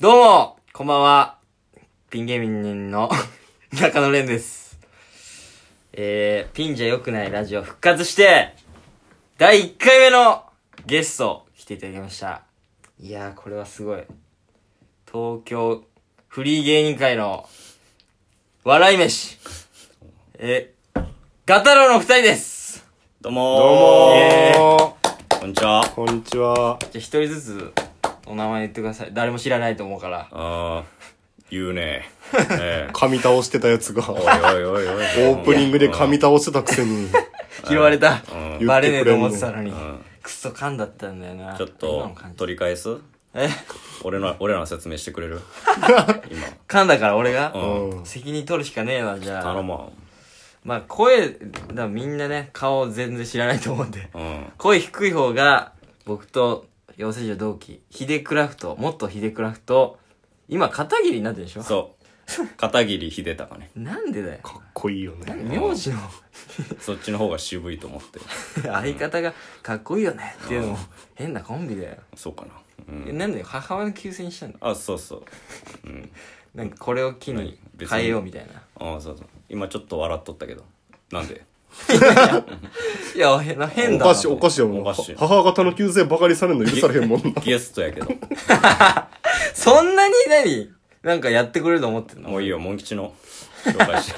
どうもこんばんはピン芸人の 中野蓮です。えー、ピンじゃ良くないラジオ復活して、第1回目のゲスト来ていただきました。いやー、これはすごい。東京フリー芸人会の笑い飯。えー、ガタロウの二人です。どうもーどうもえーこんにちは。こんにちは。じゃあ一人ずつお名前言ってください。誰も知らないと思うから。あー、言 うね。え噛み倒してたやつが、オえおいおいおいおい。ープニングで噛み倒してたくせに、拾われた。うんバレねえと思ってたのに言ってくれんのうん。クソ勘だったんだよな。ちょっ今との感、じ取り返すえ俺の、俺らの説明してくれる今。勘だから俺が、うん。うん責任取るしかねえな、じゃあ。頼もまあ声、だからみんなね、顔全然知らないと思うんで。う。うん。声低い方が、僕と養成所同期、ヒデクラフト、元ヒデクラフト、今、片桐になってるでしょそう。片桐秀隆ね。なんでだよ。かっこいいよね。名字のそっちの方が渋いと思って。相方がかっこいいよねっていうのも変なコンビだよ。そうかな。うえん。なんで母親の急戦にしたのあ、そうそう。うん。なんかこれを機に別に変えようみたいな。あそうそう。今ちょっと笑っとったけど。なんでいや、へな変おだなかしい、おかしいよおかな。しい母方の旧姓ばかりされるの許されへんもんな。ゲストやけど。そんなに何なんかやってくれると思ってんのもういいよ、モン吉の紹 介して。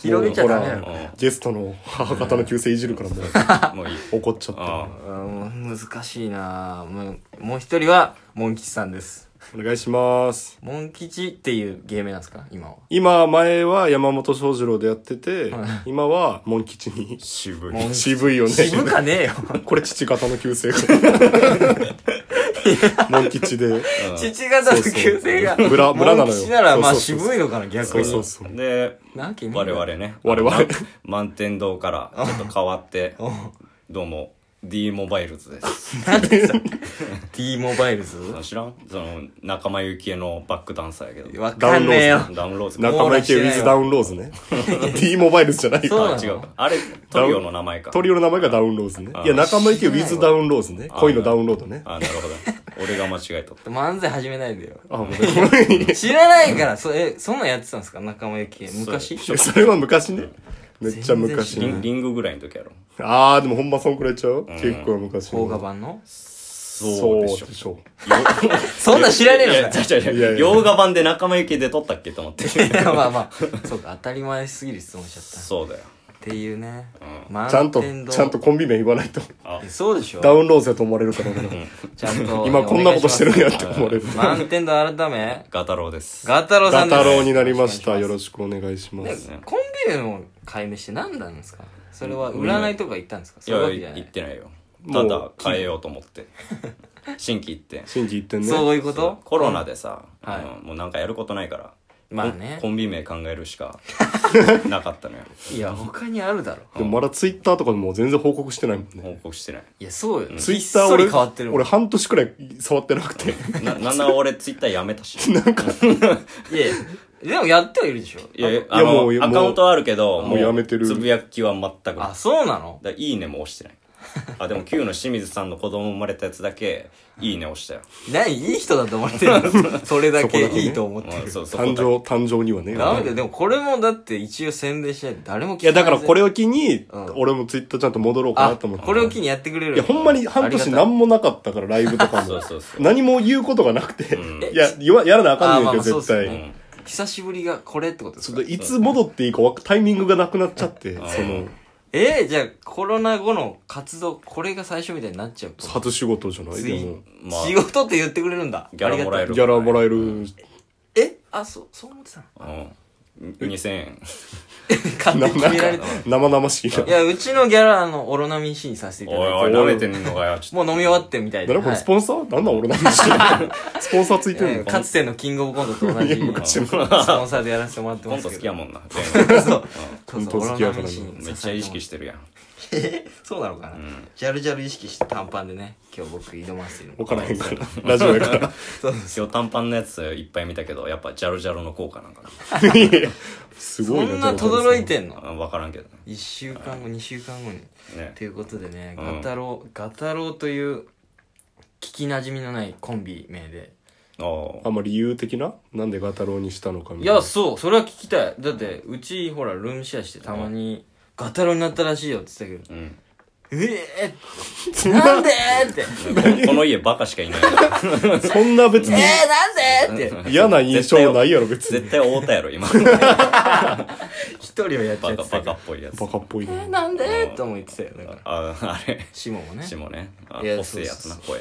広げちゃダメもなうのほか。らゲストの母方の旧姓いじるからももういい。う、怒っちゃっああー難しいなぁもうもう一人は、モン吉さんです。て。お願いします。モン吉っていう芸名なんですか今は。今、前は山本翔二郎でやってて、今は、モン吉にあ。。渋い。モン吉 渋いよね。渋かねえよ。これ父方の旧姓か。モン吉で。父方の旧姓が。そうそう村村なモンのよ吉なら、まあそうそうそう渋いのかな、逆に。そうそうそう。で、なわけねえだ我ろ々ね。我々満満天堂から、ちょっと変 わって、どうも、D モバイルズです。 T モバイルズ知らんその、仲間由紀恵のバックダンサーやけど。わかんねえよ。ダウンロー ド仲間池ウィズダウンローズね。D モバイルズじゃないそうな。のよあ違うか。あれ、トリオの名前か。トリオの名前がダウンローズねあ。ーいや、仲間池ウィズダウンローズね。恋のダウンロードね。あ、なるほど。俺が間違えとった。漫才始めないでよ。あ、ごめん。い知らないから、そ、え、そんなんやってたんですか仲間由紀恵。昔や それは昔ね。めっちゃ昔リンね。リングぐらいの時やろ。あー、でもほんまそんくらいちゃう結構昔ね。邦画版のそそううででしょ。しょ。そんなん知らねえのかよいやいやいやいや洋画版で仲間由紀恵で撮ったっけと思って。い やまあまあ、 そうか、当たり前すぎる質問しちゃった。そうだよ。っていうね。ちゃんと、満天堂ちゃんと。コンビ名言わないと。えそうでしょダウンローズやと思われるからな。ちゃんと。今こんなことしてるんんやって思われる。満天堂改め、ガタロウです。ガタロウさガんですタロウになりました。ろよしろしくお願いしくまお願いす。ねコンビ名の解明して何なんですかそれは占いとか行ったんですかいそういうやわけじゃな言っい。てないよもたうだ変えようと思って 新規行ってん新規一点ね。そういうことコロナでさ、はいあのもうなんかやることないからまあねコンコンビ名考えるしか なかったのよいや、他にあるだろ。でもまだツイッターとかでも全然報告してないもんね。報告してないいや、そうよ。ツイッタひーっそり俺、変わってるもん。俺半年くらい触ってな くて。ななんなら俺ツイッターやめたしいやいや、でもやってはいるでしょ。いやいやあいやものうもうアカウントはあるけどもうやめてるつぶやきは全くないあ、そうなのだいいねも押してないあでも Q の清水さんの子供生まれたやつだけいいね押したよ、何いい人だと思ってる のそれだけいいと思ってるうん、。そうそこ誕だ生、誕生にはね。ダメだよ。でもこれもだって一応宣伝しないと誰も聞いや、だからこれを、を機にん、俺もツイッターちゃんと戻ろうかなあ、と思って。これを機にやってくれるいや、ほんまに半あ年りがたい何もなかったから、ライブ とかそうも。そうそう何も言うことがなくて。んいや、言わやらなあかあんまねあまんけあど、そうっ絶す対。ね。久しぶりがこれってことですちょかっといつ戻っていいかわかタイミングがなくなっちゃって、その、えー、じゃあコロナ後の活動、これが最初みたいになっちゃうと。初仕事じゃないついでも、まあ仕事って言ってくれるんだ。ギャラもらえる。るギャラもらえる。えあ、そう、そう思 ってたのうん、2000円勝手なに決なんめかられて。、生々しいな。いや、うちのギャラ、あの、オロナミン C にさせていただいて。おいおい舐めてんのかよちょっともう飲み終わってみたいで。誰これはいスポンサーなんなん俺なん でしょスポンサーついてえんーのかつてのキングオブコントと同じ、ス昔ポンサーでやらせてもらってコまンすトけ好どき。やもんなそう。。コント好きやからなめっちゃ意識しててるやん そうなのかな。ジャルジャル意識して短パンでね、今日僕挑ませてわる。からへんから。ラジオやから。そうです。 今日短パンのやついっぱい見たけどやっぱジャロジャロの効果なんかすそごいな。んな轟いて。てんなのあ分からんけど一週間後、二週間後に。ねということでね、うんガタロウ、ガタロウという、聞き馴染みのないコンビ名で、ああんま理由的ななんでガタロウにしたのかみいたいなや、そう、それは聞きたい。だって、うち、ほら、ルームシェアしてたまに、ガタロになったらしいよって言ってたあ。うん。けど、ええなんでって、この家バカしかいないから。そんな別えにー、なんでって、嫌な印象ないやろ別に絶対太田や ろ、今。一人はやっちゃバってカたけバどカっ。ぽいやつバ。カっぽいなえー、なんでとも言ってたよ。だから、あ、あれ。シモもね。下ね。あ、いや細いやつな、声。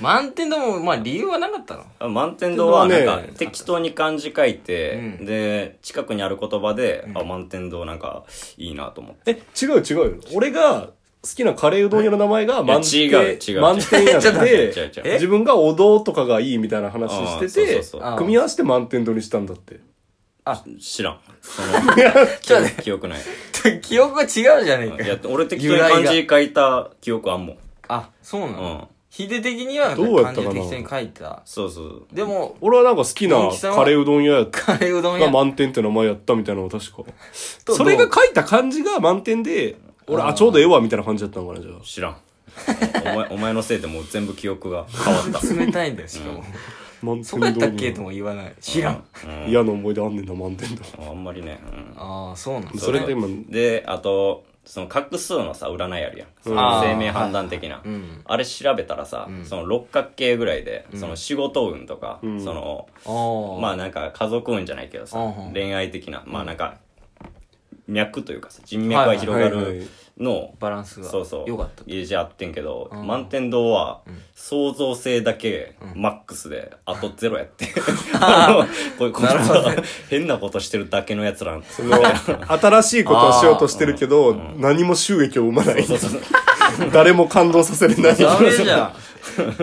満点でも、まあ、理由はなかったの。 あ満点堂はなんか満天堂はね適当に漢字書いて、うんで、近くにある言葉で、あ、満点堂なんかいいなと思って。え違う違うよ俺が好きなカレーうどん屋の名前が満点いや違う違う満点やっちょっと待ってて違う違う自分がお堂とかがいいみたいな話してあーてそうそうそう組み合わせて満点堂にしたんだって知らん。そ ちょっとの待っ、記記憶ない。て、記憶が違うじゃねえかいよや、俺適当に漢字書いた記憶あんもん。あ、そうなうのん。ヒデ的には、どうやったかな適当に書いてた。そうそう。でも、俺はなんか好きな大木さんはカレーうどん屋やっカレーうどんが屋。満点って名前やったみたいなのが確かとそれが書いた漢字が満点で俺あちょうどええわみたいな感じだったのかなじゃあ知らん。お前、 お前のせいでもう全部記憶が変わった。冷たいんだよ、しかも。満 そうや点った堂っけとにも言わない。知らん。うん嫌な思い出あんねんな満点堂あんまりね。うんああ、そうなんだ。それで今で、あと、その画数のさ、占いあるやん。そあのー生命判断的な。うん。あれ調べたらさ、その六角形ぐらいで、その仕事運とか、んその、ああ。まあなんか家族運じゃないけどさうんうん、恋愛的な、まあなんか、脈というかさ、人脈が広がはいはいはるいのをバランスが。そうそう。よかった。家じゃあってんけど、満天堂は、創造性だけ、マックスで、あとゼロやって。あのこういうことなるほどね変なことしてるだけのやつらなんですその新しいことをしようとしてるけど何も収益を生まないそうそうそう。誰も感動させれないダメじゃん。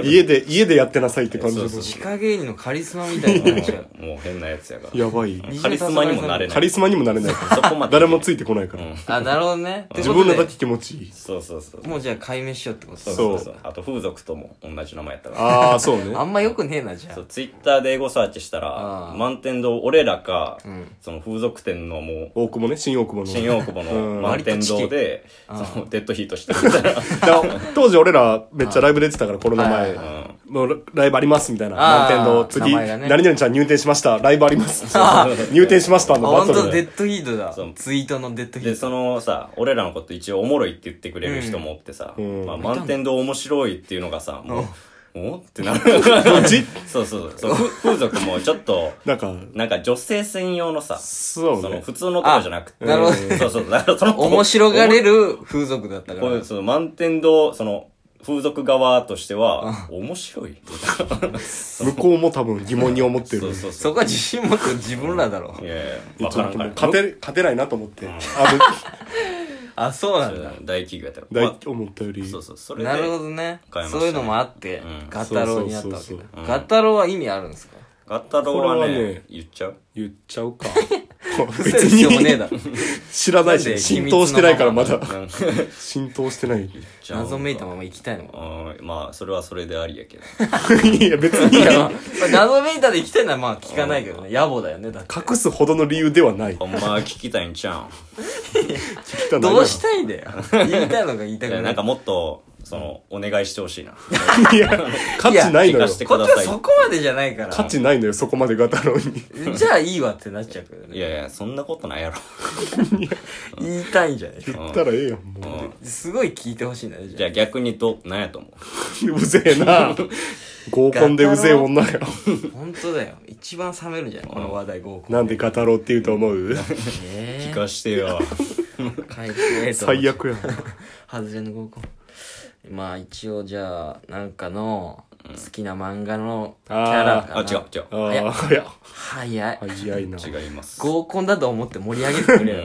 家で家でやってなさいって感じそう地下芸人のカリスマみたいになっちゃう。もう変なやつやから。やばいカリスマにもなれない。カリスマにもなれないからそこまで。誰もついてこないからうん あ、なるほどね。って自こと分でのだけ気持ちいいそうそうそう。もうじゃあ解明しようってことそうそうそう。あと風俗とも同じ名前やったから。ああそうねあんま良くねえな、じゃそう、ツイッターで英語サーチしたあらー、満天堂、俺らか、その風俗店のもう、大久保ね新大久保の新大久保の満天堂で、そのデッドヒートしてみたら、 だから当時俺らめっちゃライブ出てたからコロナ前はうんもうライブありますみたいなあ満ー点の次名前がね何々ちゃん入店しましたライブあります入店しましたあ。あ、のバほんトとルデでッドヒートだそう。ツイートのデッドヒで、ート。そのさ、俺らのこと一応おもろいって言ってくれる人もおってさ、んまあ、満天堂面白いっていうのがさ、もう、おってなる。どっちそうそうそう。ふ風俗もちょっと、なんかなんか女性専用のさ、そうそのね普通のとこじゃなくて。あなるほどそうそう。だからその面白がれる風俗だったかこういらう、。その満天堂、その、風俗側としては、面白い。向こうも多分疑問に思ってそうるそうそそこは自信持って自分らだろう。。いやいや、ちょわかっとらんから。勝て勝てないなと思ってあ あ、そうなんだ。うん大企業やったら。のま大思ったよりあそうそう。それで、なるほどね買いま。しそたねういうのもあってうん、ガタロウになったわけそうそうだそ。ガタロウは意味あるんですかガッタロウはこれはねね、言っちゃう言っちゃうか伏せる必要もねえだろ。知らないなんでし浸透してないからまだうん浸透してないいじゃあ謎めいたまま行きたいのかうん、まあ、それはそれでありやけど。や別にまあ謎めいたで行きたいのはまあ聞かないけどね。野暮だよね。だって。隠すほどの理由ではないほんまは聞きたいんち ゃどうしたたいんだよ。言いたいのが言いたうんくいな。やないんかもっと、その、お願いしてほしいな。いや価値 ないのいや聞かよせてこっちはそこまでじゃないから。価値ないのよそこまでガタロウにじゃあいいわってなっちゃうけどいね。やいや、そんなことないやろ。言いたいんじゃない 言ったらええやんもううん。すごい聞いてほしいんだね、じじゃゃあ逆にど、なんやと思ううぜえな合コンでうぜえ女よあ。本当だよ。一番冷めるんじゃないこの話題合コン。なんでガタロウって言うと思うえ聞かして よ。え。回復へと。最悪やん外れの合コン。まあ一応じゃあ、なんかの好きな漫画のキャラかな。あ、違う、違う。ああ早っ早い。早いな違います。合コンだと思って盛り上げてく れよ。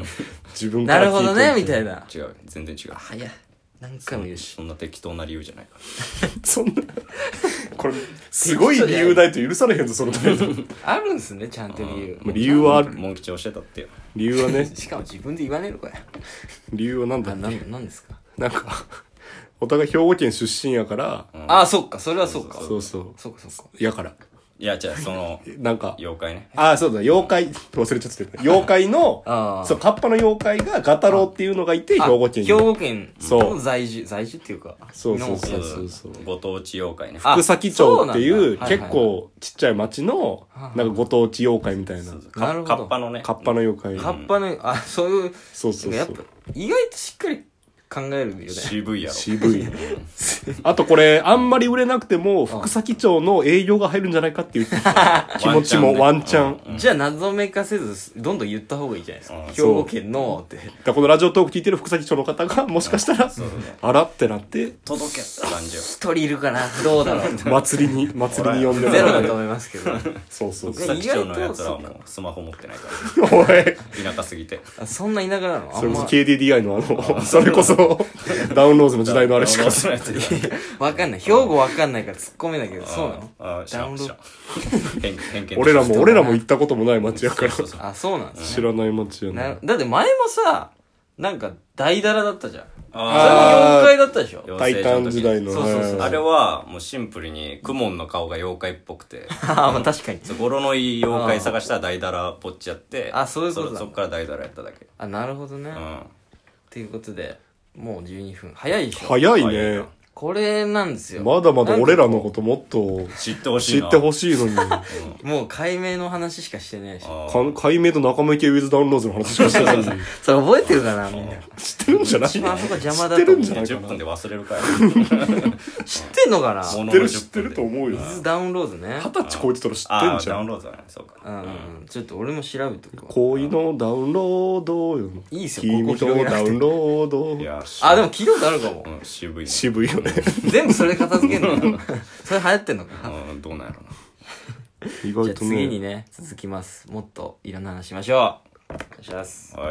自分かならるほどね、みたいいな。違う、全然違う。早い。何回も言うし。そんな適当な理由じゃないから。そんなこれすごい理由ないと許されへんぞその 態度あるんすね、ちゃんと理由。理由はあるモン吉教えたってよ。理由はねしかも自分で言わねえのかよ。理由はなんだあ、っなけん、なんですかなんかお互い兵庫県出身やからああ、そっか、それはそうか。そうそうそうか、そうか。やからいや、じゃあ、その、なんか、妖怪ね。ああ、そうだ、妖怪、忘れちゃってた。妖怪のあ、ーそう、カッパの妖怪がガタロウっていうのがいて、兵庫県に。兵庫県そうの在住、在住っていうか。そうそうのそうそうそう。ご当地妖怪ね。あ福崎町ってそうないんうだ結構ちっちゃい町のはあはあなんかご当地妖怪みたいなそうそうなかるほカどッパのね。カッパの妖カ怪ッパの、あ、そういう、そうそうやそっぱう、意外としっかり考えるよね。渋いやろ。渋いね あとこれあんまり売れなくても福崎町の営業が入るんじゃないかっていう気持ちもワンチャンうんうんじゃあ謎めかせず、どんどん言った方がいいじゃないですか。うん兵庫県のって。だからこのラジオトーク聞いてる福崎町の方がもしかしたらそうだねあらってなって届けって感じよ。一人いるかなどうだ ろう祭りに祭りに呼んでもゼロらだうと思いますけど。そうそういそや佐う意木外と町のやつらはもうスマホ持ってないかおいら。田舎すぎて。あそんな田舎なのあそんれこそま、 KDDI のあのそれこそダウンロードの時代のあれし かそうやつわかんない。兵庫わかんないから突っ込めないけど、そうなのあ、知らん、知らん。偏見偏見俺らも俺らも行ったこともない町やからそうそうあ、そうなんです知ね。らない町やななだって前もさ、なんか、大だらだったじゃん。あー妖怪だったでしょータイタン時代の。そうそうそうあれははもうシンプルにクモンの顔が妖怪っぽくて ああ、まあ確かに。そう語呂のいい妖怪探したら大だらぼっちやってあそういうことだそそっから大だらやっただけあ、なるほどね。うと、んいうことで、もう12分。早いでしょ早いね。これなんですよ。まだまだ俺らのこともっと知ってほし知いっなてほしいのに。もう解明の話しかしてないし。あーか解明と仲間池ウィズダウンロードの話しかしてないの に。それ覚えてるかなみんな。知ってるんじゃない一番あそこ邪魔だと知ってるんじゃない10かな分知で忘れるかよ知ってんのかな知ウっってる知ってるとう思うよ。ィズダウンロードね二。十歳超えてたら知ってあんあじダウゃンん。ロードだねそうかうん、ちょっと俺も調べとくわ。恋のダウンロードよ。いいっすよここ君広げとなくてダウンローいド。やあ、でも聞いたことあるかもう。ん渋いね渋いよね。全部それで片付けん のかなそれ流行ってんのかなうんどうなんやろなじゃ意外あと次にね。ね、続きます。もっといろんな話しましょう。お願いします。はい